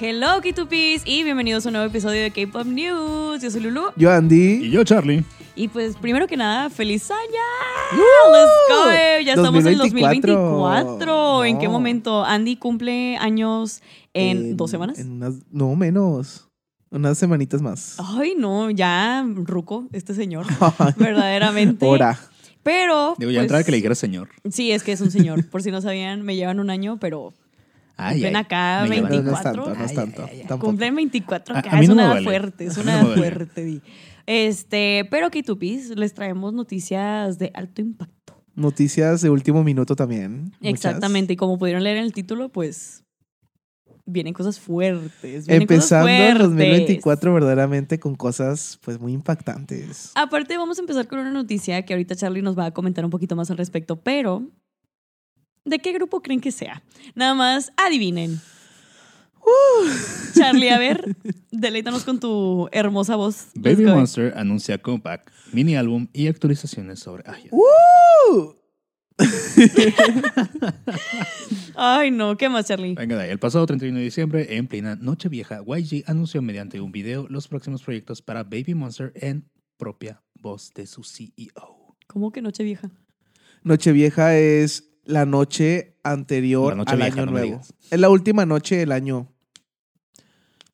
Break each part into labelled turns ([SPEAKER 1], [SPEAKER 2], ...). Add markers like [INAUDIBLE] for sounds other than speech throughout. [SPEAKER 1] Hello, K2Ps, y bienvenidos a un nuevo episodio de K-Pop News. Yo soy Lulu.
[SPEAKER 2] Yo, Andy.
[SPEAKER 3] Y yo, Charlie.
[SPEAKER 1] Y pues, primero que nada, ¡feliz año! ¡Let's go! eh. Ya estamos en 2024.
[SPEAKER 2] 2024.
[SPEAKER 1] ¿En qué
[SPEAKER 2] No.
[SPEAKER 1] momento? Andy cumple años en, dos semanas.
[SPEAKER 2] En unas, no, menos. Unas semanitas
[SPEAKER 1] [LAUGHS]
[SPEAKER 2] más.
[SPEAKER 1] Ay, no, ya, Ruco, este señor. [LAUGHS]
[SPEAKER 2] [LAUGHS]
[SPEAKER 1] verdaderamente.
[SPEAKER 2] Hora.
[SPEAKER 1] Pero.
[SPEAKER 3] Digo, ya
[SPEAKER 1] pues,
[SPEAKER 3] entraba que le dijera señor.
[SPEAKER 1] Sí, es que es un señor. Por si no sabían, me llevan un año, pero
[SPEAKER 3] Ay,
[SPEAKER 1] Ven
[SPEAKER 3] ay,
[SPEAKER 1] acá,
[SPEAKER 3] me
[SPEAKER 2] No,
[SPEAKER 3] llevan-
[SPEAKER 2] no,
[SPEAKER 1] 24.
[SPEAKER 2] es tanto, no es
[SPEAKER 3] Ay,
[SPEAKER 2] tanto.
[SPEAKER 3] ay, ay,
[SPEAKER 2] tampoco.
[SPEAKER 1] Cumplen 24
[SPEAKER 3] A-
[SPEAKER 1] acá,
[SPEAKER 3] a mí
[SPEAKER 1] es
[SPEAKER 3] no me
[SPEAKER 1] una
[SPEAKER 3] vale.
[SPEAKER 1] fuerte, es
[SPEAKER 3] A mí
[SPEAKER 1] una
[SPEAKER 3] no me vale.
[SPEAKER 1] fuerte. di. Este, pero que tupis, les traemos noticias de alto impacto.
[SPEAKER 2] Noticias de último minuto también. muchas.
[SPEAKER 1] Exactamente, y como pudieron leer en el título, pues vienen cosas fuertes. vienen cosas
[SPEAKER 2] Empezando el
[SPEAKER 1] fuertes.
[SPEAKER 2] 2024 verdaderamente con cosas pues muy impactantes.
[SPEAKER 1] Aparte, vamos a empezar con una noticia que ahorita Charlie nos va a comentar un poquito más al respecto, pero ¿de qué grupo creen que sea? Nada más adivinen.
[SPEAKER 3] Uh.
[SPEAKER 1] Charlie, a ver, deleítanos con tu hermosa voz. Let's
[SPEAKER 3] Baby
[SPEAKER 1] go.
[SPEAKER 3] Monster anuncia comeback, mini álbum y actualizaciones sobre Ay,
[SPEAKER 2] ¡Uh!
[SPEAKER 1] Ay, no, ¿qué más, Charlie?
[SPEAKER 3] Venga, de ahí. El pasado 31 de diciembre, en plena Nochevieja, YG anunció mediante un video los próximos proyectos para Baby Monster en propia voz de su E CEO.
[SPEAKER 1] ¿Cómo que noche vieja?
[SPEAKER 2] Nochevieja es la noche anterior
[SPEAKER 3] La noche
[SPEAKER 2] al
[SPEAKER 3] vieja,
[SPEAKER 2] año
[SPEAKER 3] no me
[SPEAKER 2] nuevo.
[SPEAKER 3] digas.
[SPEAKER 2] Es la última noche del año.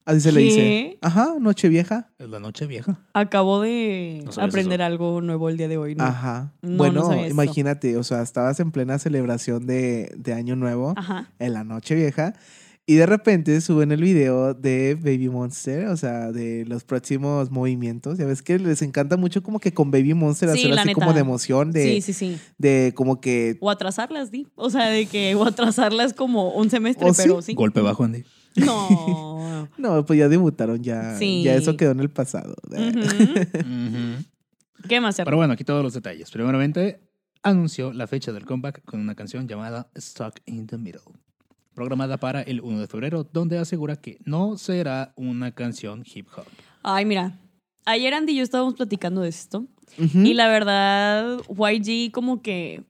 [SPEAKER 2] Así se le
[SPEAKER 1] ¿Qué?
[SPEAKER 2] dice. Ajá, Nochevieja.
[SPEAKER 3] ¿Es la Nochevieja?
[SPEAKER 1] Acabo de
[SPEAKER 3] No sabías
[SPEAKER 1] aprender algo nuevo el día de hoy. ¿no?
[SPEAKER 2] Ajá.
[SPEAKER 1] No, no
[SPEAKER 2] bueno,
[SPEAKER 1] sabía eso.
[SPEAKER 2] imagínate, o sea, estabas en plena celebración de, de año nuevo.
[SPEAKER 1] Ajá.
[SPEAKER 2] en la noche vieja. Y de repente suben el video de Baby Monster, o sea, de los próximos movimientos. Ya ves que les encanta mucho como que con Baby Monster
[SPEAKER 1] Sí,
[SPEAKER 2] hacer
[SPEAKER 1] la
[SPEAKER 2] así
[SPEAKER 1] neta.
[SPEAKER 2] como de emoción, de,
[SPEAKER 1] Sí, sí, sí.
[SPEAKER 2] de como que...
[SPEAKER 1] O atrasarlas, di. O sea, de que o atrasarlas como un semestre,
[SPEAKER 2] ¿O
[SPEAKER 1] pero sí.
[SPEAKER 3] Golpe bajo, Andy.
[SPEAKER 1] No.
[SPEAKER 2] No, pues ya debutaron, ya,
[SPEAKER 1] Sí.
[SPEAKER 2] ya eso quedó en el pasado. Eh,
[SPEAKER 1] Ujú.
[SPEAKER 3] Ujú.
[SPEAKER 1] ¿Qué más, Charlie?
[SPEAKER 3] Pero bueno, aquí todos los detalles. Primeramente, anunció la fecha del comeback con una canción llamada Stuck in the Middle, programada para el 1 de febrero, donde asegura que no será una canción hip hop.
[SPEAKER 1] Ay, mira. Ayer Andy y yo estábamos platicando de esto.
[SPEAKER 2] Ujú.
[SPEAKER 1] Y la verdad, YG como que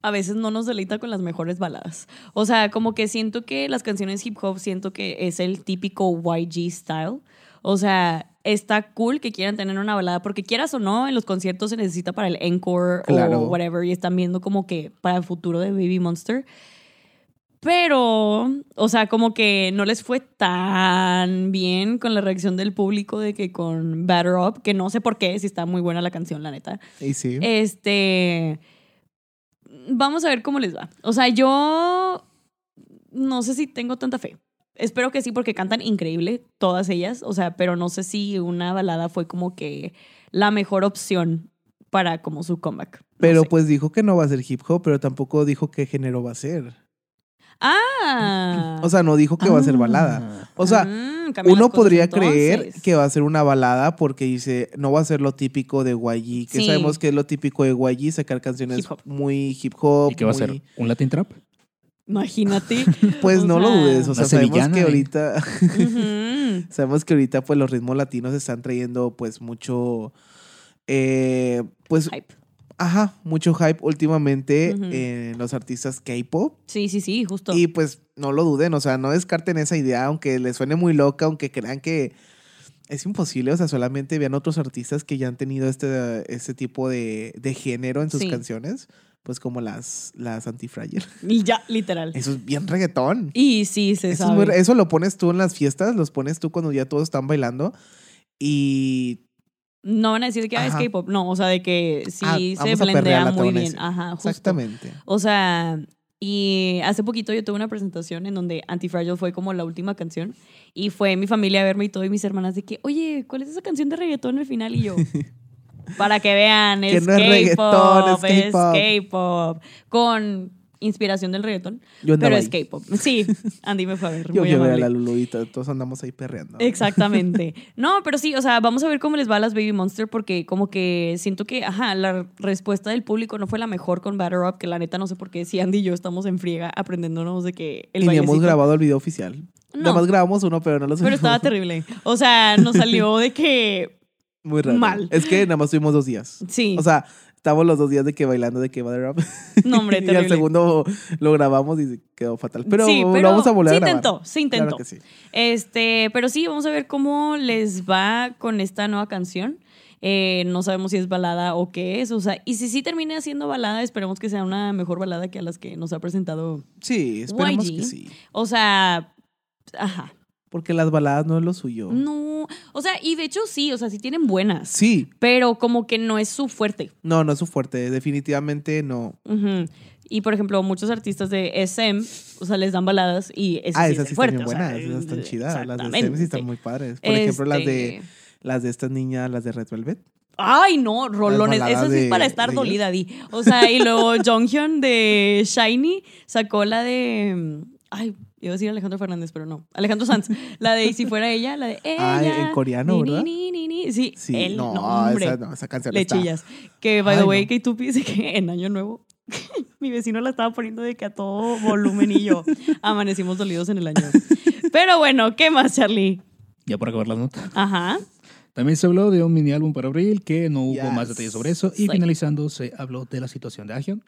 [SPEAKER 1] a veces no nos deleita con las mejores baladas. O sea, como que siento que las canciones hip hop, siento que es el típico YG style. O sea, está cool que quieran tener una balada, porque quieras o no, en los conciertos se necesita para el encore
[SPEAKER 2] Claro.
[SPEAKER 1] o whatever, y están viendo como que para el futuro de Baby Monster. Pero, o sea, como que no les fue tan bien con la reacción del público de que con Batter Up, que no sé por qué, si está muy buena la canción, la neta.
[SPEAKER 2] Y
[SPEAKER 1] eh,
[SPEAKER 2] sí.
[SPEAKER 1] Este. Vamos a ver cómo les va. O sea, yo. No sé si tengo tanta fe. Espero que sí, porque cantan increíble todas ellas. O sea, pero no sé si una balada fue como que la mejor opción para como su comeback. No
[SPEAKER 2] pero
[SPEAKER 1] sé.
[SPEAKER 2] pues dijo que no va a ser hip hop, pero tampoco dijo qué género va a ser.
[SPEAKER 1] Ah.
[SPEAKER 2] O sea, no dijo que va a ser balada. O sea,
[SPEAKER 1] Mm, cambian las
[SPEAKER 2] Uno
[SPEAKER 1] cosas
[SPEAKER 2] podría creer
[SPEAKER 1] entonces.
[SPEAKER 2] que va a ser una balada porque dice, no va a ser lo típico de YG, que
[SPEAKER 1] Sí.
[SPEAKER 2] sabemos que es lo típico de YG, sacar canciones
[SPEAKER 1] Hip hop.
[SPEAKER 2] muy hip hop.
[SPEAKER 3] ¿Y qué va a
[SPEAKER 2] muy-
[SPEAKER 3] ser? ¿Un Latin Trap?
[SPEAKER 2] [LAUGHS]
[SPEAKER 1] Imagínate.
[SPEAKER 2] Pues
[SPEAKER 1] O
[SPEAKER 2] no lo
[SPEAKER 1] sea,
[SPEAKER 2] dudes, o
[SPEAKER 3] Una
[SPEAKER 2] sea, sabemos
[SPEAKER 3] sevillana,
[SPEAKER 2] que
[SPEAKER 3] ¿eh?
[SPEAKER 2] ahorita, [LAUGHS]
[SPEAKER 1] Ujú.
[SPEAKER 2] sabemos que ahorita pues los ritmos latinos están trayendo pues mucho, eh, pues,
[SPEAKER 1] Hype.
[SPEAKER 2] ajá, mucho hype últimamente
[SPEAKER 1] Ujú.
[SPEAKER 2] en los artistas K-pop.
[SPEAKER 1] Sí, sí, sí, justo.
[SPEAKER 2] Y pues no lo duden, o sea, no descarten esa idea, aunque les suene muy loca, aunque crean que es imposible, o sea, solamente vean otros artistas que ya han tenido este, este tipo de, de género en sus
[SPEAKER 1] Sí.
[SPEAKER 2] canciones, pues como las, las Antifragile.
[SPEAKER 1] Ya, literal.
[SPEAKER 2] Eso es bien reggaetón.
[SPEAKER 1] Y sí, se
[SPEAKER 2] Eso, es
[SPEAKER 1] sabe.
[SPEAKER 2] muy re- eso lo pones tú en las fiestas, los pones tú cuando ya todos están bailando y
[SPEAKER 1] No van a decir que ah, es
[SPEAKER 2] Ajá.
[SPEAKER 1] K-pop, no, o sea, de que sí
[SPEAKER 2] Ah,
[SPEAKER 1] se
[SPEAKER 2] vamos a perrearla,
[SPEAKER 1] blendea
[SPEAKER 2] te
[SPEAKER 1] muy
[SPEAKER 2] van a
[SPEAKER 1] bien.
[SPEAKER 2] decir.
[SPEAKER 1] Ajá, Ah, justo.
[SPEAKER 2] exactamente.
[SPEAKER 1] O sea, y hace poquito yo tuve una presentación en donde Antifragile fue como la última canción y fue mi familia a verme y todo y mis hermanas de que, oye, ¿cuál es esa canción de reggaetón al final?
[SPEAKER 2] [LAUGHS]
[SPEAKER 1] Y yo, para que vean,
[SPEAKER 2] Que
[SPEAKER 1] es
[SPEAKER 2] no es
[SPEAKER 1] K-pop,
[SPEAKER 2] reggaetón, es
[SPEAKER 1] es
[SPEAKER 2] K-pop".
[SPEAKER 1] K-pop, con inspiración del reggaetón,
[SPEAKER 2] Yo andaba
[SPEAKER 1] pero es
[SPEAKER 2] ahí.
[SPEAKER 1] K-pop. Sí, Andy me fue a ver.
[SPEAKER 2] Yo
[SPEAKER 1] muy
[SPEAKER 2] llevé a
[SPEAKER 1] amable.
[SPEAKER 2] la Lulubita, todos andamos ahí perreando. [LAUGHS]
[SPEAKER 1] Exactamente. No, pero sí, o sea, vamos a ver cómo les va a las Baby Monster porque como que siento que, ajá, la respuesta del público no fue la mejor con Batter Up, que la neta no sé por qué si Andy y yo estamos en friega aprendiéndonos de que el
[SPEAKER 2] y ni hemos
[SPEAKER 1] bailecito-
[SPEAKER 2] grabado el video oficial.
[SPEAKER 1] No.
[SPEAKER 2] Nada más grabamos uno, pero no lo
[SPEAKER 1] Pero
[SPEAKER 2] subimos.
[SPEAKER 1] estaba terrible. O sea, nos salió de que
[SPEAKER 2] Muy raro.
[SPEAKER 1] Mal.
[SPEAKER 2] Es que nada más tuvimos dos días.
[SPEAKER 1] sí.
[SPEAKER 2] [LAUGHS] O sea, Estamos los dos días de que bailando de que Mother Up.
[SPEAKER 1] No, hombre,
[SPEAKER 2] [LAUGHS] y al
[SPEAKER 1] terrible.
[SPEAKER 2] segundo lo grabamos y quedó fatal. Pero,
[SPEAKER 1] Sí,
[SPEAKER 2] lo vamos a volver
[SPEAKER 1] sí
[SPEAKER 2] a grabar.
[SPEAKER 1] intentó, sí intentó.
[SPEAKER 2] Claro que sí.
[SPEAKER 1] Este, pero sí, vamos a ver cómo les va con esta nueva canción. Eh, no sabemos si es balada o qué es. O sea, y si sí termina siendo balada, esperemos que sea una mejor balada que a las que nos ha presentado.
[SPEAKER 2] Sí, esperemos
[SPEAKER 1] YG.
[SPEAKER 2] que sí.
[SPEAKER 1] O sea, ajá.
[SPEAKER 2] Porque las baladas no es lo suyo.
[SPEAKER 1] No. O sea, y de hecho sí, o sea, sí tienen buenas.
[SPEAKER 2] Sí,
[SPEAKER 1] Pero como que no es su fuerte.
[SPEAKER 2] no, no es su fuerte. Definitivamente no.
[SPEAKER 1] Ujú. Y por ejemplo, muchos artistas de SM, o sea, les dan baladas y esas
[SPEAKER 2] ah,
[SPEAKER 1] sí
[SPEAKER 2] esas
[SPEAKER 1] es
[SPEAKER 2] sí
[SPEAKER 1] el fuerte.
[SPEAKER 2] están
[SPEAKER 1] o
[SPEAKER 2] bien
[SPEAKER 1] sea,
[SPEAKER 2] buenas, esas están chidas. Las de
[SPEAKER 1] exactamente.
[SPEAKER 2] Semis están muy padres. Por ejemplo, las de
[SPEAKER 1] Este,
[SPEAKER 2] las de estas niñas, las de Red Velvet.
[SPEAKER 1] Ay, no, rolones.
[SPEAKER 2] baladas
[SPEAKER 1] Eso sí es
[SPEAKER 2] de-
[SPEAKER 1] para estar
[SPEAKER 2] de
[SPEAKER 1] dolida, di. O sea, y
[SPEAKER 2] [LAUGHS]
[SPEAKER 1] luego Jonghyun de Shiny sacó la de. Ay, iba a decir Alejandro Fernández, pero no. Alejandro Sanz. La de Y si fuera ella, la de.
[SPEAKER 2] Ah,
[SPEAKER 1] ella,
[SPEAKER 2] en coreano,
[SPEAKER 1] ni,
[SPEAKER 2] ¿verdad?
[SPEAKER 1] Ni, ni, ni, ni. Sí,
[SPEAKER 2] Sí,
[SPEAKER 1] él,
[SPEAKER 2] no,
[SPEAKER 1] no, hombre.
[SPEAKER 2] esa, no, esa canción
[SPEAKER 1] le
[SPEAKER 2] está.
[SPEAKER 1] chillas. Que, by the
[SPEAKER 2] Ay,
[SPEAKER 1] way,
[SPEAKER 2] no.
[SPEAKER 1] que tú pienses que en Año Nuevo. [LAUGHS] Mi vecino la estaba poniendo de que a todo volumen y yo amanecimos dolidos en el año. Pero bueno, ¿qué más, Charlie?
[SPEAKER 3] Ya por acabar la nota.
[SPEAKER 1] Ajá.
[SPEAKER 3] También se habló de un mini álbum para abril que no hubo
[SPEAKER 2] Yes.
[SPEAKER 3] más detalles sobre eso. Y
[SPEAKER 1] Sí.
[SPEAKER 3] finalizando, se habló de la situación de Agion,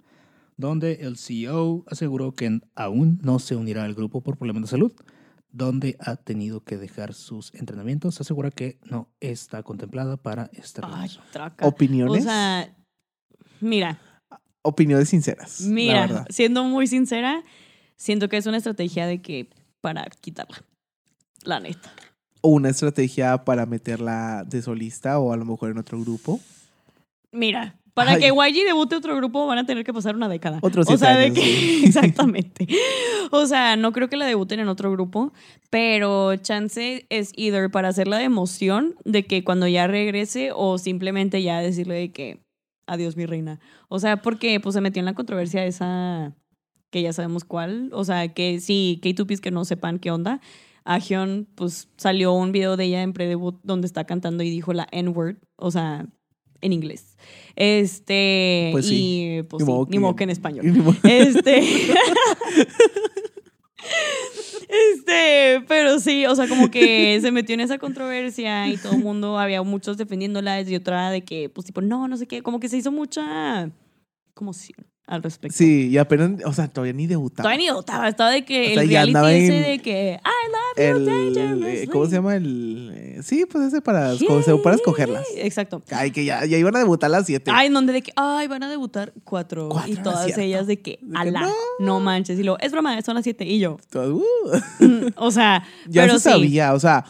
[SPEAKER 3] donde el CEO aseguró que aún no se unirá al grupo por problemas de salud, donde ha tenido que dejar sus entrenamientos. Asegura que no está contemplada para este
[SPEAKER 1] Ay,
[SPEAKER 3] regreso.
[SPEAKER 1] traca.
[SPEAKER 2] Opiniones,
[SPEAKER 1] O sea, mira,
[SPEAKER 2] opiniones sinceras. la
[SPEAKER 1] mira,
[SPEAKER 2] verdad.
[SPEAKER 1] siendo muy sincera, siento que es una estrategia de que para quitarla. La neta.
[SPEAKER 2] O una estrategia para meterla de solista o a lo mejor en otro grupo.
[SPEAKER 1] Mira, para
[SPEAKER 2] Ay.
[SPEAKER 1] que YG debute otro grupo van a tener que pasar una década.
[SPEAKER 2] Otros
[SPEAKER 1] o
[SPEAKER 2] siete
[SPEAKER 1] sea, de
[SPEAKER 2] años,
[SPEAKER 1] que
[SPEAKER 2] sí.
[SPEAKER 1] [LAUGHS] exactamente. O sea, no creo que la debuten en otro grupo, pero chance es either para hacerla de emoción de que cuando ya regrese o simplemente ya decirle de que adiós mi reina. O sea, porque pues se metió en la controversia esa que ya sabemos cuál, o sea, que sí, K2Ps que no sepan qué onda. A Hyun, pues salió un video de ella en pre-debut donde está cantando y dijo la N-word, o sea, en inglés. Este,
[SPEAKER 2] Pues sí.
[SPEAKER 1] y pues
[SPEAKER 2] Ni
[SPEAKER 1] sí,
[SPEAKER 2] modo
[SPEAKER 1] ni
[SPEAKER 2] que-
[SPEAKER 1] modo que en español.
[SPEAKER 2] Y [LAUGHS] ni modo-
[SPEAKER 1] Este. [LAUGHS] este, pero sí, o sea, como que se metió en esa controversia y todo el mundo, había muchos defendiéndola y otra de que, pues, tipo, no, no sé qué, como que se hizo mucha conmoción al respecto.
[SPEAKER 2] Sí, y apenas, o sea, todavía ni debutaba.
[SPEAKER 1] Todavía ni dotaba, estaba de que
[SPEAKER 2] O sea,
[SPEAKER 1] el
[SPEAKER 2] ya
[SPEAKER 1] reality
[SPEAKER 2] andaba
[SPEAKER 1] ese
[SPEAKER 2] en-
[SPEAKER 1] de que, I love
[SPEAKER 2] El-
[SPEAKER 1] dangerously.
[SPEAKER 2] eh, ¿Cómo se llama el? eh, Sí, pues ese para,
[SPEAKER 1] Yeah.
[SPEAKER 2] como se- para escogerlas.
[SPEAKER 1] Exacto.
[SPEAKER 2] Ay, que ya, ya iban a debutar las siete.
[SPEAKER 1] Ay, en donde de que, ay, van a debutar cuatro.
[SPEAKER 2] Cuatro,
[SPEAKER 1] y
[SPEAKER 2] no es
[SPEAKER 1] todas
[SPEAKER 2] cierto.
[SPEAKER 1] ellas de que,
[SPEAKER 2] que,
[SPEAKER 1] ala,
[SPEAKER 2] no.
[SPEAKER 1] no. manches. Y luego, es broma, son las siete. Y yo, [LAUGHS]
[SPEAKER 2] Todas, uh. [LAUGHS]
[SPEAKER 1] mm, o sea,
[SPEAKER 2] ya
[SPEAKER 1] pero
[SPEAKER 2] se
[SPEAKER 1] sí.
[SPEAKER 2] sabía, o sea,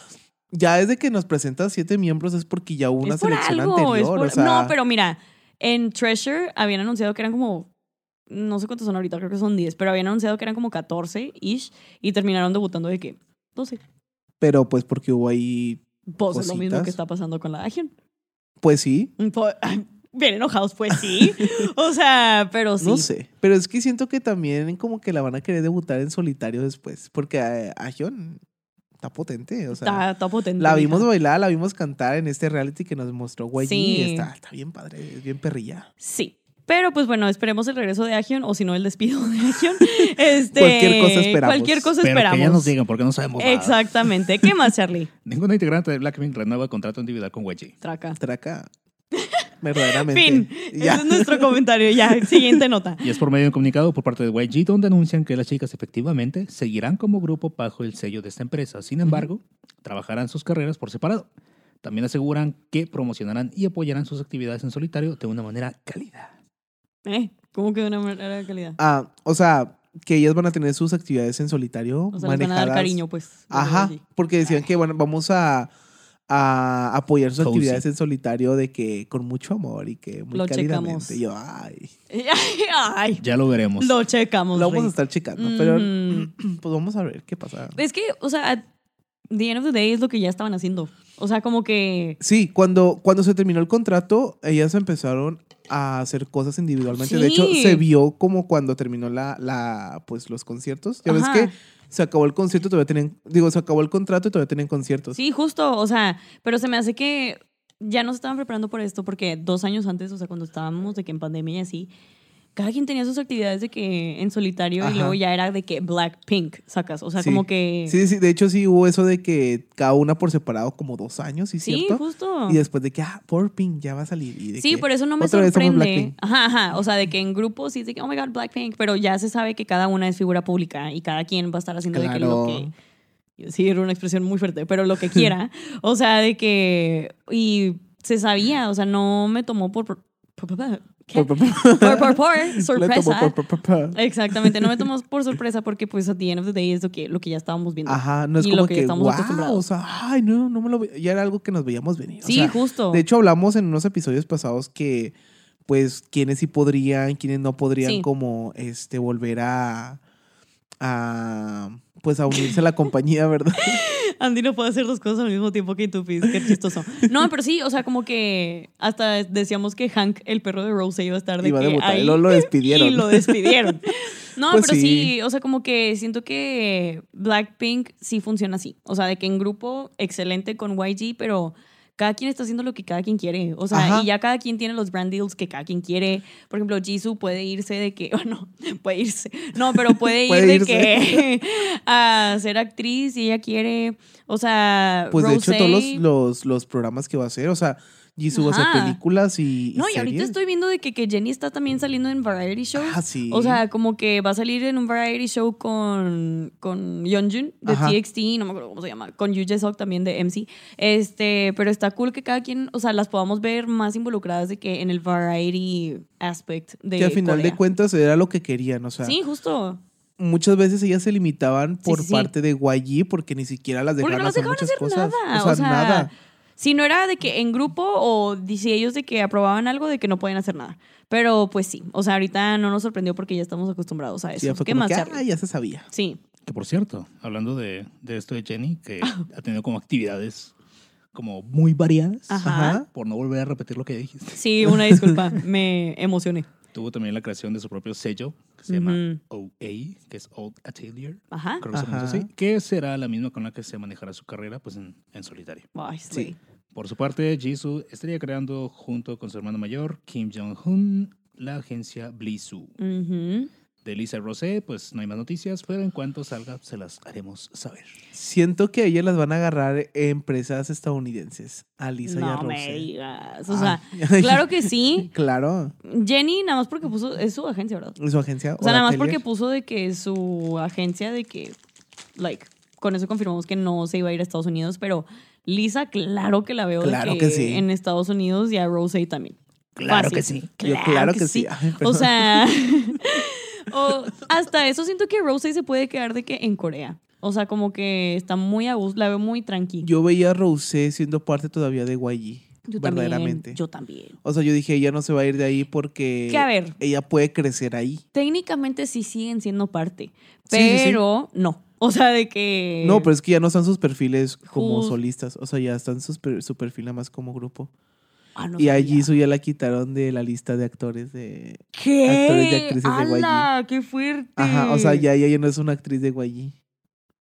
[SPEAKER 2] ya desde que nos presentas siete miembros es porque ya hubo una
[SPEAKER 1] es por
[SPEAKER 2] selección
[SPEAKER 1] algo.
[SPEAKER 2] anterior.
[SPEAKER 1] es por-
[SPEAKER 2] o sea,
[SPEAKER 1] no, pero mira, en Treasure habían anunciado que eran como. No sé cuántos son ahorita, creo que son 10, pero habían anunciado que eran como 14-ish y terminaron debutando de que 12.
[SPEAKER 2] pero pues porque hubo ahí,
[SPEAKER 1] Pues es lo mismo
[SPEAKER 2] Cositas.
[SPEAKER 1] que está pasando con la Agion.
[SPEAKER 2] pues sí,
[SPEAKER 1] Po- [LAUGHS] Bien enojados, pues
[SPEAKER 2] [LAUGHS]
[SPEAKER 1] sí. O sea, pero sí.
[SPEAKER 2] no sé. Pero es que siento que también como que la van a querer debutar en solitario después, porque eh, Agion está potente, o sea.
[SPEAKER 1] está, está potente.
[SPEAKER 2] La vimos
[SPEAKER 1] mija.
[SPEAKER 2] bailar, la vimos cantar en este reality que nos mostró güey
[SPEAKER 1] Sí.
[SPEAKER 2] Está, está bien padre, es bien perrilla.
[SPEAKER 1] Sí. Pero pues bueno, esperemos el regreso de Agion o si no el despido de Agion. Este,
[SPEAKER 2] [LAUGHS] Cualquier cosa esperamos.
[SPEAKER 1] Cualquier cosa
[SPEAKER 3] Pero
[SPEAKER 1] esperamos.
[SPEAKER 3] que ya nos digan porque no sabemos nada.
[SPEAKER 1] Exactamente. ¿Qué más, Charlie?
[SPEAKER 3] Ninguna integrante de Blackpink renueva contrato individual con YG.
[SPEAKER 1] Traca. [LAUGHS]
[SPEAKER 2] Traca. Verdaderamente.
[SPEAKER 1] Fin.
[SPEAKER 2] Y ya.
[SPEAKER 1] Ese es nuestro comentario.
[SPEAKER 2] [LAUGHS]
[SPEAKER 1] Ya, siguiente nota.
[SPEAKER 3] Y es por medio de un comunicado por parte de YG donde anuncian que las chicas efectivamente seguirán como grupo bajo el sello de esta empresa. Sin embargo, trabajarán sus carreras por separado. También aseguran que promocionarán y apoyarán sus actividades en solitario de una manera cálida.
[SPEAKER 1] ¿Eh? ¿Cómo que de una manera de calidad?
[SPEAKER 2] Ah, o sea, que ellas van a tener sus actividades en solitario
[SPEAKER 1] O sea, les van a
[SPEAKER 2] manejadas.
[SPEAKER 1] dar cariño, pues. los de
[SPEAKER 2] Ajá,
[SPEAKER 1] allí.
[SPEAKER 2] porque decían que bueno, vamos a, a apoyar sus
[SPEAKER 3] Cozy.
[SPEAKER 2] actividades en solitario de que con mucho amor y que muy
[SPEAKER 1] Lo
[SPEAKER 2] cálidamente.
[SPEAKER 1] checamos.
[SPEAKER 2] Y Yo, ay,
[SPEAKER 1] [LAUGHS] Ay,
[SPEAKER 3] Ya lo veremos.
[SPEAKER 1] lo checamos.
[SPEAKER 2] lo vamos
[SPEAKER 1] Rey.
[SPEAKER 2] a estar checando, pero [CLEARS THROAT]
[SPEAKER 1] Mm.
[SPEAKER 2] pues vamos a ver qué pasa.
[SPEAKER 1] Es que, o sea, at the end of the day es lo que ya estaban haciendo. O sea, como que.
[SPEAKER 2] Sí, cuando, cuando se terminó el contrato, ellas empezaron a hacer cosas individualmente. De hecho,
[SPEAKER 1] Sí.
[SPEAKER 2] se vio como cuando terminó la, la pues los conciertos. Ya
[SPEAKER 1] Ajá.
[SPEAKER 2] ves que se acabó el concierto y todavía tenían, digo, se acabó el contrato y todavía tenían conciertos.
[SPEAKER 1] Sí, justo. O sea, pero se me hace que ya nos estaban preparando por esto porque dos años antes, o sea, cuando estábamos de que en pandemia y así, cada quien tenía sus actividades de que en solitario
[SPEAKER 2] Ajá.
[SPEAKER 1] y luego ya era de que Blackpink sacas. O sea,
[SPEAKER 2] Sí.
[SPEAKER 1] como que.
[SPEAKER 2] Sí, sí, de hecho sí hubo eso de que cada una por separado como dos años, ¿sí,
[SPEAKER 1] Sí,
[SPEAKER 2] cierto?
[SPEAKER 1] justo.
[SPEAKER 2] Y después de que, ah, por Pink ya va a salir. Y de
[SPEAKER 1] Sí,
[SPEAKER 2] que,
[SPEAKER 1] por eso no me
[SPEAKER 2] otra vez somos
[SPEAKER 1] sorprende.
[SPEAKER 2] Blackpink.
[SPEAKER 1] Ajá, ajá. O sea, de que en grupos sí de que, oh my god, Blackpink, pero ya se sabe que cada una es figura pública y cada quien va a estar haciendo de que lo
[SPEAKER 2] Claro.
[SPEAKER 1] que. Sí, era una expresión muy fuerte, pero lo que
[SPEAKER 2] [LAUGHS]
[SPEAKER 1] quiera. o sea, de que. Y se sabía, o sea, no me tomó por. por, por, por- ¿qué?
[SPEAKER 2] Por- por-
[SPEAKER 1] Por- por- por
[SPEAKER 2] [LAUGHS] Le tomó
[SPEAKER 1] sorpresa.
[SPEAKER 2] por- por- por- por.
[SPEAKER 1] Exactamente, no me tomó por sorpresa porque, pues, a the end of the day es lo que, lo que ya estábamos viendo.
[SPEAKER 2] Ajá, no es
[SPEAKER 1] Y lo
[SPEAKER 2] como
[SPEAKER 1] que
[SPEAKER 2] que,
[SPEAKER 1] estamos
[SPEAKER 2] wow,
[SPEAKER 1] acostumbrados.
[SPEAKER 2] o sea, ay, no, no me lo... ve-". Ya era algo que nos veíamos venir. o
[SPEAKER 1] sí,
[SPEAKER 2] sea,
[SPEAKER 1] justo.
[SPEAKER 2] De hecho, hablamos en unos episodios pasados que, pues, quienes sí podrían, quienes no podrían,
[SPEAKER 1] Sí.
[SPEAKER 2] como, este, volver a, a, pues, a unirse a la compañía, [LAUGHS] ¿verdad?
[SPEAKER 1] Andy no puede hacer dos cosas al mismo tiempo que Itupis, qué chistoso. No, pero sí, o sea, como que hasta decíamos que Hank, el perro de Rose, iba a estar de
[SPEAKER 2] Iba a
[SPEAKER 1] que
[SPEAKER 2] debutar,
[SPEAKER 1] ahí,
[SPEAKER 2] y luego lo
[SPEAKER 1] [LAUGHS]
[SPEAKER 2] despidieron.
[SPEAKER 1] Y lo
[SPEAKER 2] [LAUGHS]
[SPEAKER 1] despidieron. No,
[SPEAKER 2] Pues
[SPEAKER 1] pero sí.
[SPEAKER 2] sí,
[SPEAKER 1] o sea, como que siento que Blackpink sí funciona así. O sea, de que en grupo, excelente con YG, pero cada quien está haciendo lo que cada quien quiere. O sea,
[SPEAKER 2] Ajá.
[SPEAKER 1] y ya cada quien tiene los brand deals que cada quien quiere. Por ejemplo, Jisoo puede irse de que, [LAUGHS] bueno, puede irse. No, pero
[SPEAKER 2] [LAUGHS]
[SPEAKER 1] puede ir
[SPEAKER 2] Puede
[SPEAKER 1] de
[SPEAKER 2] irse.
[SPEAKER 1] que [LAUGHS] a ser actriz y ella quiere, o sea,
[SPEAKER 2] Pues, de hecho,
[SPEAKER 1] Rosé-
[SPEAKER 2] todos los, los, los programas que va a hacer, o sea, Jisoo va a hacer
[SPEAKER 1] Ajá.
[SPEAKER 2] películas y, y
[SPEAKER 1] No, y ahorita
[SPEAKER 2] series.
[SPEAKER 1] estoy viendo de que, que Jenny está también saliendo en variety shows.
[SPEAKER 2] Ah, sí.
[SPEAKER 1] O sea, como que va a salir en un variety show con, con Yeonjun de
[SPEAKER 2] Ajá.
[SPEAKER 1] TXT, no me acuerdo cómo se llama, con Yu Jesok también de MC. Este, pero está cool que cada quien, o sea, las podamos ver más involucradas de que en el variety aspect de
[SPEAKER 2] que al final
[SPEAKER 1] Corea.
[SPEAKER 2] de cuentas era lo que querían, o sea,
[SPEAKER 1] Sí, justo.
[SPEAKER 2] muchas veces ellas se limitaban por
[SPEAKER 1] sí, sí.
[SPEAKER 2] parte de YG porque ni siquiera las
[SPEAKER 1] Porque
[SPEAKER 2] dejaban
[SPEAKER 1] no las
[SPEAKER 2] hacer
[SPEAKER 1] dejaban
[SPEAKER 2] muchas
[SPEAKER 1] hacer
[SPEAKER 2] cosas.
[SPEAKER 1] nada.
[SPEAKER 2] O sea, nada.
[SPEAKER 1] Si no era de que en grupo o di- si ellos de que aprobaban algo, de que no podían hacer nada. Pero pues sí, o sea, ahorita no nos sorprendió porque ya estamos acostumbrados a
[SPEAKER 2] Sí,
[SPEAKER 1] eso.
[SPEAKER 2] ya fue
[SPEAKER 1] ¿Qué
[SPEAKER 2] como
[SPEAKER 1] más?
[SPEAKER 2] que,
[SPEAKER 1] Charlie?
[SPEAKER 2] "Ah, ya se sabía.
[SPEAKER 1] Sí.
[SPEAKER 3] Que por cierto, hablando de, de esto de Jenny, que
[SPEAKER 1] Ah.
[SPEAKER 3] ha tenido como actividades como muy variadas,
[SPEAKER 1] Ajá.
[SPEAKER 2] Ajá.
[SPEAKER 3] por no volver a repetir lo que ya dijiste.
[SPEAKER 1] Sí, una disculpa, [LAUGHS] me emocioné.
[SPEAKER 3] Tuvo también la creación de su propio sello, que se llama OA, que es Old Atelier,
[SPEAKER 1] Ajá.
[SPEAKER 3] creo que se
[SPEAKER 2] Ajá.
[SPEAKER 3] pronuncia así, que será la misma con la que se manejará su carrera pues en, en solitario.
[SPEAKER 1] Ay,
[SPEAKER 2] Sí.
[SPEAKER 1] sí.
[SPEAKER 3] Por su parte, Jisoo estaría creando junto con su hermano mayor, Kim Jong-un, la agencia Blizzoo.
[SPEAKER 1] Ujú.
[SPEAKER 3] De Lisa Rosé, pues no hay más noticias, pero en cuanto salga se las haremos saber.
[SPEAKER 2] Siento que a ellas las van a agarrar empresas estadounidenses. A Lisa y a
[SPEAKER 1] No
[SPEAKER 2] Rosé.
[SPEAKER 1] me digas. O sea,
[SPEAKER 2] [LAUGHS] Ay.
[SPEAKER 1] claro [LAUGHS] que sí.
[SPEAKER 2] Claro.
[SPEAKER 1] Jenny, nada más porque puso, es su agencia, ¿verdad?
[SPEAKER 2] Su agencia.
[SPEAKER 1] O sea, nada más porque
[SPEAKER 2] Oratelia.
[SPEAKER 1] puso de que su agencia de que, like, con eso confirmamos que no se iba a ir a Estados Unidos, pero Lisa, claro que la veo de
[SPEAKER 2] Claro que sí.
[SPEAKER 1] en Estados Unidos y a Rosé también.
[SPEAKER 3] Claro
[SPEAKER 1] Fácil.
[SPEAKER 3] que sí.
[SPEAKER 2] Yo, claro que sí. Ay,
[SPEAKER 1] o
[SPEAKER 2] perdón. [LAUGHS]
[SPEAKER 1] sea, [LAUGHS] o hasta eso siento que Rosé se puede quedar de que en Corea. O sea, como que está muy a gusto, la veo muy tranquila.
[SPEAKER 2] Yo veía a Rosé siendo parte todavía de YG. verdaderamente.
[SPEAKER 1] También, yo también.
[SPEAKER 2] O sea, yo dije, ella no se va a ir de ahí porque
[SPEAKER 1] Que a ver.
[SPEAKER 2] ella puede crecer ahí.
[SPEAKER 1] Técnicamente sí siguen siendo parte,
[SPEAKER 2] Sí, sí, sí.
[SPEAKER 1] pero no. O sea, de que...
[SPEAKER 2] No, pues, pero es que ya no están sus perfiles como
[SPEAKER 1] Jus-
[SPEAKER 2] solistas. O sea, ya están sus per- su perfil nada más como grupo.
[SPEAKER 1] Ah, no
[SPEAKER 2] y a
[SPEAKER 1] sabía.
[SPEAKER 2] Jisoo ya la quitaron de la lista de actores de.
[SPEAKER 1] ¿Qué?
[SPEAKER 2] Actores y actrices de
[SPEAKER 1] ¡Hala! ¡Qué fuerte!
[SPEAKER 2] Ajá, o sea, ya ella ya no es una actriz de YG.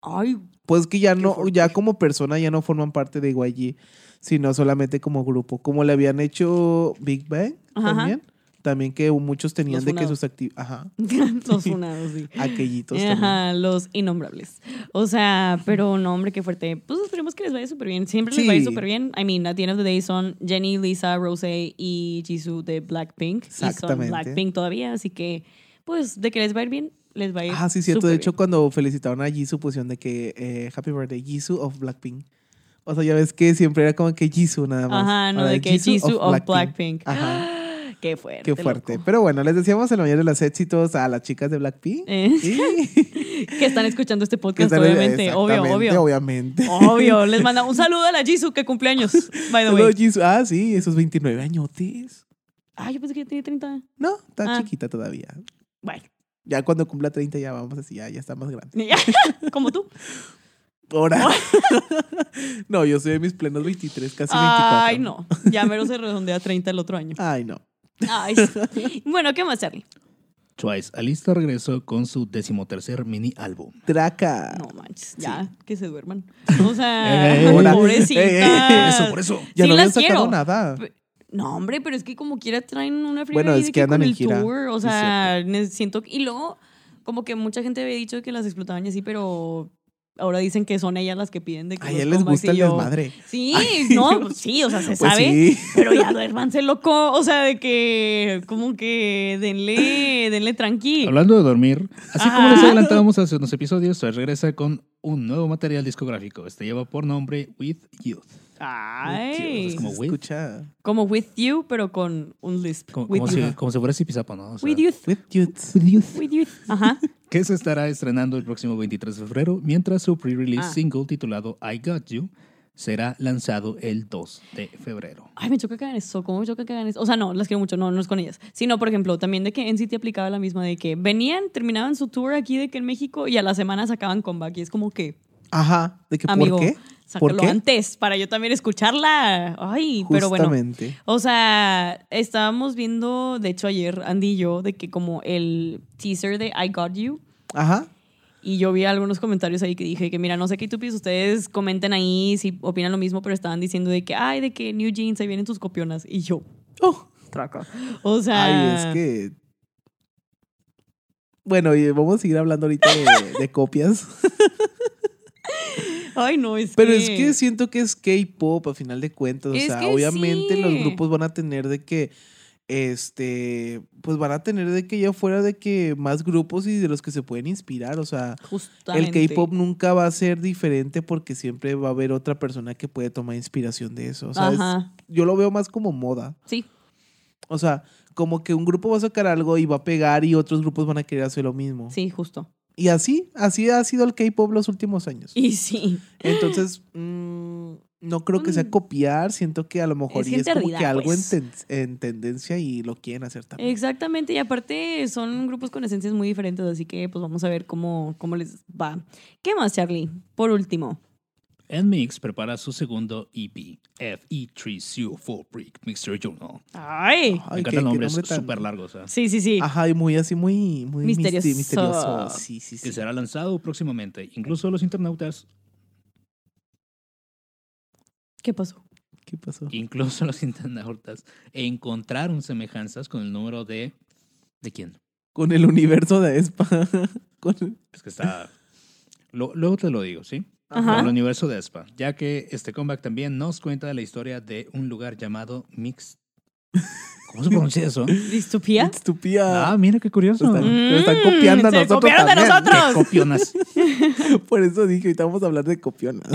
[SPEAKER 1] Ay, [LAUGHS]
[SPEAKER 2] Pues que ya
[SPEAKER 1] Qué
[SPEAKER 2] no,
[SPEAKER 1] fuerte.
[SPEAKER 2] ya como persona ya no forman parte de YG, sino solamente como grupo. Como le habían hecho Big Bang
[SPEAKER 1] Ajá.
[SPEAKER 2] también. También que muchos tenían
[SPEAKER 1] Los
[SPEAKER 2] de que
[SPEAKER 1] funados.
[SPEAKER 2] sus actividades. Ajá.
[SPEAKER 1] los funados, sí.
[SPEAKER 2] Aquellitos también.
[SPEAKER 1] Ajá, los innombrables. O sea, pero no, hombre, qué fuerte. Pues esperemos que les vaya súper bien. Siempre les
[SPEAKER 2] Sí.
[SPEAKER 1] vaya súper bien. I mean, at the end of the day son Jenny, Lisa, Rosé y Jisoo de Blackpink. Y
[SPEAKER 2] Exactamente.
[SPEAKER 1] son Blackpink todavía, así que, pues, de que les va a ir bien, les va a ir
[SPEAKER 2] Ah, sí, cierto.
[SPEAKER 1] súper
[SPEAKER 2] De
[SPEAKER 1] bien.
[SPEAKER 2] hecho, cuando felicitaron a Jisoo, pusieron de que eh, Happy Birthday, Jisoo of Blackpink. O sea, ya ves que siempre era como que Jisoo nada más.
[SPEAKER 1] Ajá, no,
[SPEAKER 2] Ahora
[SPEAKER 1] de que Jisoo of Blackpink.
[SPEAKER 2] Ajá.
[SPEAKER 1] Qué fuerte.
[SPEAKER 2] Qué fuerte.
[SPEAKER 1] loco.
[SPEAKER 2] Pero bueno, les decíamos el mayor de los éxitos a las chicas de Blackpink.
[SPEAKER 1] Eh,
[SPEAKER 2] [LAUGHS]
[SPEAKER 1] [LAUGHS]
[SPEAKER 2] Sí.
[SPEAKER 1] que están escuchando este
[SPEAKER 2] Que
[SPEAKER 1] podcast,
[SPEAKER 2] están-
[SPEAKER 1] obviamente. Obvio,
[SPEAKER 2] exactamente,
[SPEAKER 1] obvio.
[SPEAKER 2] Obviamente.
[SPEAKER 1] Obvio, les manda un saludo a la Jisoo que cumpleaños, by
[SPEAKER 2] [LAUGHS]
[SPEAKER 1] the
[SPEAKER 2] Hello,
[SPEAKER 1] way.
[SPEAKER 2] Jisoo. Ah, sí, esos 29 añotes.
[SPEAKER 1] Ah, yo pensé que ya tenía 30.
[SPEAKER 2] No, está
[SPEAKER 1] Ah.
[SPEAKER 2] chiquita todavía. [LAUGHS]
[SPEAKER 1] Bueno,
[SPEAKER 2] Ya cuando cumpla 30 ya vamos así, ya, ya está más grande.
[SPEAKER 1] como tú. [LAUGHS]
[SPEAKER 2] Ahora. [LAUGHS] no, yo soy de mis plenos 23, casi 24.
[SPEAKER 1] Ay, no. Ya mero se redondea a 30 el otro año.
[SPEAKER 2] Ay, no.
[SPEAKER 1] Ay, sí. Bueno, ¿qué más, Charlie?
[SPEAKER 3] Twice, Alista regresó con su decimotercer mini álbum.
[SPEAKER 2] Traca.
[SPEAKER 1] No manches, ya, que se duerman. O sea, [LAUGHS]
[SPEAKER 3] Ey, ey, ey.
[SPEAKER 2] Ey, ey,
[SPEAKER 1] pobrecitas.
[SPEAKER 2] ey,
[SPEAKER 3] eso.
[SPEAKER 2] Ya
[SPEAKER 1] Sí
[SPEAKER 2] no habían
[SPEAKER 1] las
[SPEAKER 2] sacado
[SPEAKER 1] quiero.
[SPEAKER 2] nada.
[SPEAKER 1] No, hombre, pero es que como quiera traen una fría
[SPEAKER 2] Bueno, es que andan en
[SPEAKER 1] el
[SPEAKER 2] gira,
[SPEAKER 1] tour, o
[SPEAKER 2] es
[SPEAKER 1] sea, ne- siento y luego como que mucha gente había dicho que las explotaban y así, pero ahora dicen que son ellas las que piden de que
[SPEAKER 2] A
[SPEAKER 1] los
[SPEAKER 2] ellas les
[SPEAKER 1] comebacks,
[SPEAKER 2] gusta
[SPEAKER 1] y
[SPEAKER 2] el
[SPEAKER 1] yo,
[SPEAKER 2] desmadre.
[SPEAKER 1] Sí, no,
[SPEAKER 2] [LAUGHS]
[SPEAKER 1] pues sí, o sea, se
[SPEAKER 2] Pues
[SPEAKER 1] pues, sabe,
[SPEAKER 2] sí.
[SPEAKER 1] pero ya duérmanse loco, o sea, de que como que denle, denle tranqui.
[SPEAKER 3] Hablando de dormir, así como les
[SPEAKER 1] Ajá.
[SPEAKER 3] adelantábamos hace unos episodios, Suez regresa con un nuevo material discográfico. Este lleva por nombre With Youth.
[SPEAKER 1] Ay, pues,
[SPEAKER 3] Es como
[SPEAKER 2] Se
[SPEAKER 3] with.
[SPEAKER 2] Escucha.
[SPEAKER 1] como with you, pero con un lisp.
[SPEAKER 3] Como,
[SPEAKER 1] with
[SPEAKER 3] como
[SPEAKER 1] you.
[SPEAKER 3] si, como si fuera Zipizapo, ¿no? O sea,
[SPEAKER 1] With you.
[SPEAKER 2] With youths.
[SPEAKER 3] With Youth.
[SPEAKER 1] With you. Ajá.
[SPEAKER 3] que se estará estrenando el próximo 23 de febrero, mientras su pre-release
[SPEAKER 1] Ah.
[SPEAKER 3] single titulado I Got You será lanzado el 2 de febrero.
[SPEAKER 1] Ay, me choca que hagan eso. ¿Cómo me choca que hagan eso? O sea, no, las quiero mucho. No, no es con ellas. Sino, por ejemplo, también de que NCT aplicaba la misma de que venían, terminaban su tour aquí de que en México y a la semana sacaban comeback. Y es como que,
[SPEAKER 2] Ajá. ¿De que
[SPEAKER 1] amigo,
[SPEAKER 2] por qué?
[SPEAKER 1] sácalo
[SPEAKER 2] ¿Por qué?
[SPEAKER 1] antes para yo también escucharla. Ay, pero bueno.
[SPEAKER 2] Justamente.
[SPEAKER 1] O sea, estábamos viendo, de hecho ayer, Andy y yo, de que como el teaser de I Got You,
[SPEAKER 2] Ajá.
[SPEAKER 1] Y yo vi algunos comentarios ahí que dije que, mira, no sé qué tupis, ustedes comenten ahí si opinan lo mismo, pero estaban diciendo de que, ay, de que New Jeans, ahí vienen tus copionas. Y yo,
[SPEAKER 2] Oh.
[SPEAKER 1] traca. O sea,
[SPEAKER 2] Ay, es que. Bueno, y vamos a seguir hablando ahorita de, de copias.
[SPEAKER 1] [LAUGHS] ay, no, es
[SPEAKER 2] Pero
[SPEAKER 1] que.
[SPEAKER 2] es que siento que es K-pop a final de cuentas. O
[SPEAKER 1] Es
[SPEAKER 2] sea,
[SPEAKER 1] que
[SPEAKER 2] obviamente
[SPEAKER 1] sí.
[SPEAKER 2] los grupos van a tener de que. Este. Pues van a tener de que ya fuera de que más grupos y de los que se pueden inspirar. O sea,
[SPEAKER 1] Justamente.
[SPEAKER 2] el K-pop nunca va a ser diferente porque siempre va a haber otra persona que puede tomar inspiración de eso. O sea, es-
[SPEAKER 1] Ajá.
[SPEAKER 2] yo lo veo más como moda.
[SPEAKER 1] Sí,
[SPEAKER 2] O sea, como que un grupo va a sacar algo y va a pegar y otros grupos van a querer hacer lo mismo.
[SPEAKER 1] sí, justo.
[SPEAKER 2] Y así, así ha sido el K-pop los últimos años.
[SPEAKER 1] Y sí.
[SPEAKER 2] [LAUGHS] Entonces, mm, no creo que
[SPEAKER 1] Mm.
[SPEAKER 2] sea copiar, siento que a lo mejor
[SPEAKER 1] Es
[SPEAKER 2] y es,
[SPEAKER 1] gente
[SPEAKER 2] como
[SPEAKER 1] ardida,
[SPEAKER 2] que algo
[SPEAKER 1] pues.
[SPEAKER 2] en, ten- en tendencia y lo quieren hacer también.
[SPEAKER 1] Exactamente, y aparte son grupos con esencias muy diferentes, así que pues vamos a ver cómo, cómo les va. ¿Qué más, Charlie? Por último.
[SPEAKER 3] Nmix prepara su segundo E EP, FE3CO4 Break Mixture Journal.
[SPEAKER 1] Ay.
[SPEAKER 2] Ay, Ah.
[SPEAKER 3] Me
[SPEAKER 2] qué-
[SPEAKER 3] encanta el
[SPEAKER 2] qué
[SPEAKER 3] nombre, es
[SPEAKER 2] nombre tan-
[SPEAKER 3] súper largo. o sea,
[SPEAKER 1] Ah. Sí, sí, Eh, sí.
[SPEAKER 2] Ajá, y muy así, muy, muy misti-
[SPEAKER 1] Misterioso.
[SPEAKER 2] misterioso. Sí, sí, sí.
[SPEAKER 3] que será lanzado próximamente. Incluso los internautas,
[SPEAKER 1] ¿Qué pasó?
[SPEAKER 2] ¿Qué pasó?
[SPEAKER 3] incluso los internautas encontraron semejanzas con el número de... ¿De quién?
[SPEAKER 2] Con el universo de Espa. [LAUGHS] Con-
[SPEAKER 3] Es que está...
[SPEAKER 2] [LAUGHS]
[SPEAKER 3] Lo- luego te lo digo, ¿sí?
[SPEAKER 2] Ah,
[SPEAKER 1] Ajá.
[SPEAKER 3] con el universo de Espa, ya que este comeback también nos cuenta la historia de un lugar llamado Mix. ¿Cómo se pronuncia eso?
[SPEAKER 1] ¿Distopía? Mm,
[SPEAKER 2] Estupía.
[SPEAKER 3] Ah, mira qué curioso.
[SPEAKER 2] Está- Pero están copiando a
[SPEAKER 1] se
[SPEAKER 2] nosotros
[SPEAKER 1] copiaron de
[SPEAKER 2] también.
[SPEAKER 1] nosotros. [LAUGHS]
[SPEAKER 3] Copionas.
[SPEAKER 2] Por eso dije, ahorita vamos a hablar de copionas.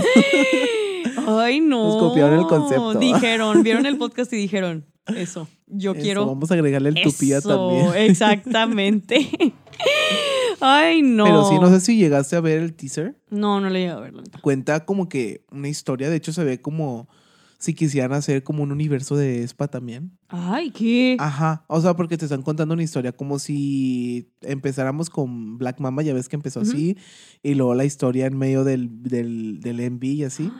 [SPEAKER 1] Ay, no.
[SPEAKER 2] Nos copiaron el concepto.
[SPEAKER 1] Dijeron, vieron el podcast y dijeron, eso, yo
[SPEAKER 2] Eso,
[SPEAKER 1] quiero.
[SPEAKER 2] Vamos a agregarle el tupía
[SPEAKER 1] eso,
[SPEAKER 2] también.
[SPEAKER 1] [LAUGHS]
[SPEAKER 2] [LAUGHS]
[SPEAKER 1] Exactamente. Ay, no.
[SPEAKER 2] Pero sí, no sé si llegaste a ver el teaser.
[SPEAKER 1] No, no le llegué a verlo.
[SPEAKER 2] Cuenta como que una historia. De hecho, se ve como si quisieran hacer como un universo de Espa también.
[SPEAKER 1] Ay, qué.
[SPEAKER 2] Ajá. O sea, porque te están contando una historia como si empezáramos con Black Mamba, ya ves que empezó
[SPEAKER 1] Ujú.
[SPEAKER 2] así. Y luego la historia en medio del, del, del MV y así.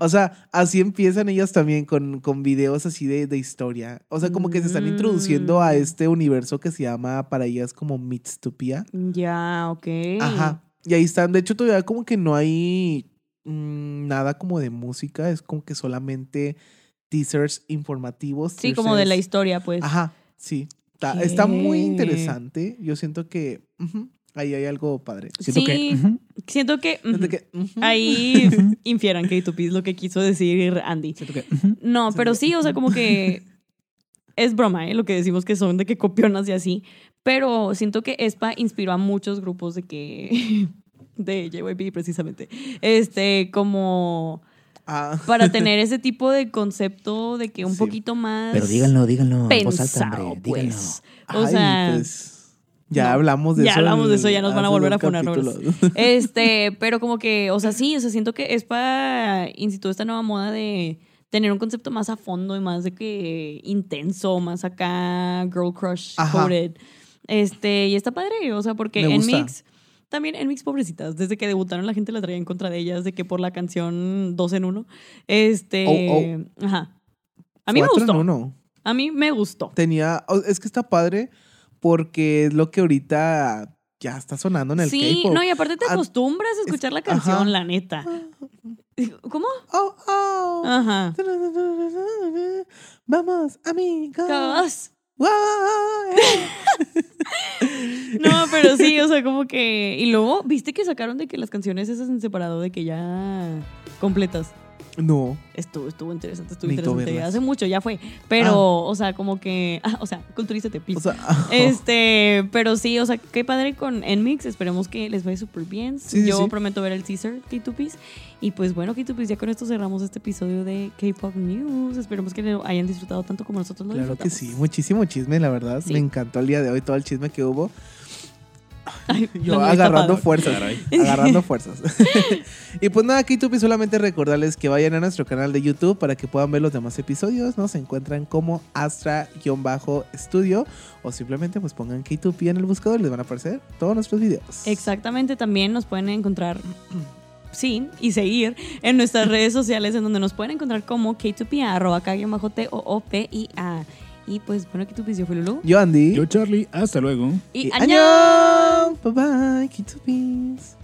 [SPEAKER 2] O sea, así empiezan ellas también con, con videos así de, de historia. O sea, como que se están introduciendo a
[SPEAKER 1] Mm.
[SPEAKER 2] este universo que se llama para ellas como Mitstupia.
[SPEAKER 1] Ya, ok.
[SPEAKER 2] Ajá. Y ahí están. De hecho, todavía como que no hay mm, nada como de música. Es como que solamente teasers informativos.
[SPEAKER 1] Sí, como de la
[SPEAKER 2] teasers-
[SPEAKER 1] historia, pues.
[SPEAKER 2] Ajá, sí. Está, está muy
[SPEAKER 1] ¿Qué?
[SPEAKER 2] interesante. Yo siento que ujú, ahí hay algo padre.
[SPEAKER 3] Siento
[SPEAKER 1] Sí.
[SPEAKER 3] que ujú,
[SPEAKER 1] Siento que. ujú,
[SPEAKER 2] Siento que, ujú,
[SPEAKER 1] Ahí infieran que Tupis lo que quiso decir Andy.
[SPEAKER 3] siento que, ujú,
[SPEAKER 1] No,
[SPEAKER 2] Sí.
[SPEAKER 1] pero sí, o sea, como que es broma, ¿eh? Lo que decimos que son de que copionas y así. Pero siento que ESPA inspiró a muchos grupos de que. [LAUGHS] de JYP precisamente. Este, como.
[SPEAKER 2] ah,
[SPEAKER 1] para tener ese tipo de concepto de que un
[SPEAKER 2] Sí.
[SPEAKER 1] poquito más.
[SPEAKER 4] Pero díganlo, díganlo. en voz alta,
[SPEAKER 1] Pensado,
[SPEAKER 4] hombre, díganlo.
[SPEAKER 1] pues. O
[SPEAKER 2] ay,
[SPEAKER 1] sea.
[SPEAKER 2] pues, ya
[SPEAKER 1] no.
[SPEAKER 2] hablamos de
[SPEAKER 1] Ya
[SPEAKER 2] eso.
[SPEAKER 1] hablamos de
[SPEAKER 2] en-
[SPEAKER 1] eso, ya nos van a
[SPEAKER 2] hace
[SPEAKER 1] volver
[SPEAKER 2] dos
[SPEAKER 1] a poner
[SPEAKER 2] capítulos.
[SPEAKER 1] Este, pero como que, o sea, sí, o sea, siento que es para instituir esta nueva moda de tener un concepto más a fondo y más de que intenso, más acá, girl crush
[SPEAKER 2] Ajá.
[SPEAKER 1] coded. Este, y está padre, o sea, porque
[SPEAKER 2] Me
[SPEAKER 1] en
[SPEAKER 2] gusta.
[SPEAKER 1] Mix, también en Mix, pobrecitas, desde que debutaron la gente la traía en contra de ellas, de que por la canción dos en uno. Este,
[SPEAKER 2] Oh,
[SPEAKER 1] ajá. A mí me
[SPEAKER 2] Cuatro en
[SPEAKER 1] gustó.
[SPEAKER 2] uno.
[SPEAKER 1] A mí me gustó.
[SPEAKER 2] Tenía, o- es que está padre porque es lo que ahorita ya está sonando en el
[SPEAKER 1] Sí,
[SPEAKER 2] K-pop.
[SPEAKER 1] no, y aparte te
[SPEAKER 2] Ah,
[SPEAKER 1] acostumbras a escuchar la
[SPEAKER 2] ajá.
[SPEAKER 1] canción, la neta. ¿Cómo?
[SPEAKER 2] Oh, oh.
[SPEAKER 1] Ajá.
[SPEAKER 2] [LAUGHS] Vamos, amigos.
[SPEAKER 1] Cos.
[SPEAKER 2] [LAUGHS]
[SPEAKER 1] [LAUGHS]
[SPEAKER 2] Wow, eh.
[SPEAKER 1] No, pero sí, o sea, como que. Y luego, viste que sacaron de que las canciones esas en separado, de que ya completas.
[SPEAKER 2] No.
[SPEAKER 1] Estuvo, estuvo interesante, estuvo
[SPEAKER 2] Necesito
[SPEAKER 1] interesante.
[SPEAKER 2] verlas.
[SPEAKER 1] Hace mucho, ya fue. Pero,
[SPEAKER 2] Ah.
[SPEAKER 1] o sea, como que. ah, o sea, culturízate, pis.
[SPEAKER 2] O sea, [LAUGHS]
[SPEAKER 1] Este, pero sí, o sea, qué padre con Enmix. Esperemos que les vaya súper bien.
[SPEAKER 2] Sí, sí,
[SPEAKER 1] Yo
[SPEAKER 2] sí.
[SPEAKER 1] prometo ver el teaser, K2Pis. Y pues bueno, K2Pis, ya con esto cerramos este episodio de K-Pop News. Esperemos que lo hayan disfrutado tanto como nosotros lo
[SPEAKER 2] claro que
[SPEAKER 1] disfrutamos.
[SPEAKER 2] sí, muchísimo chisme, la verdad.
[SPEAKER 1] Sí.
[SPEAKER 2] Me encantó el día de hoy todo el chisme que hubo.
[SPEAKER 1] Ay,
[SPEAKER 2] [LAUGHS] Yo
[SPEAKER 1] la neta,
[SPEAKER 2] agarrando
[SPEAKER 1] padre.
[SPEAKER 2] fuerzas.
[SPEAKER 1] [LAUGHS]
[SPEAKER 3] Caray.
[SPEAKER 2] Agarrando fuerzas. [LAUGHS] y pues nada, aquí Tupi, solamente recordarles que vayan a nuestro canal de YouTube para que puedan ver los demás episodios. Nos encuentran como Astra-Studio o simplemente pues pongan K2P en el buscador y les van a aparecer todos nuestros videos.
[SPEAKER 1] Exactamente, también nos pueden encontrar, sí, y seguir en nuestras redes sociales en donde nos pueden encontrar como K2PIA, arroba K-T o O P I A. Y pues bueno, K2Pis, yo fui Lulu.
[SPEAKER 2] Yo Andy. 예,
[SPEAKER 3] Yo, Charlie, hasta luego.
[SPEAKER 1] Y,
[SPEAKER 2] y
[SPEAKER 1] ¡añón!
[SPEAKER 2] Bye bye, K2Ps.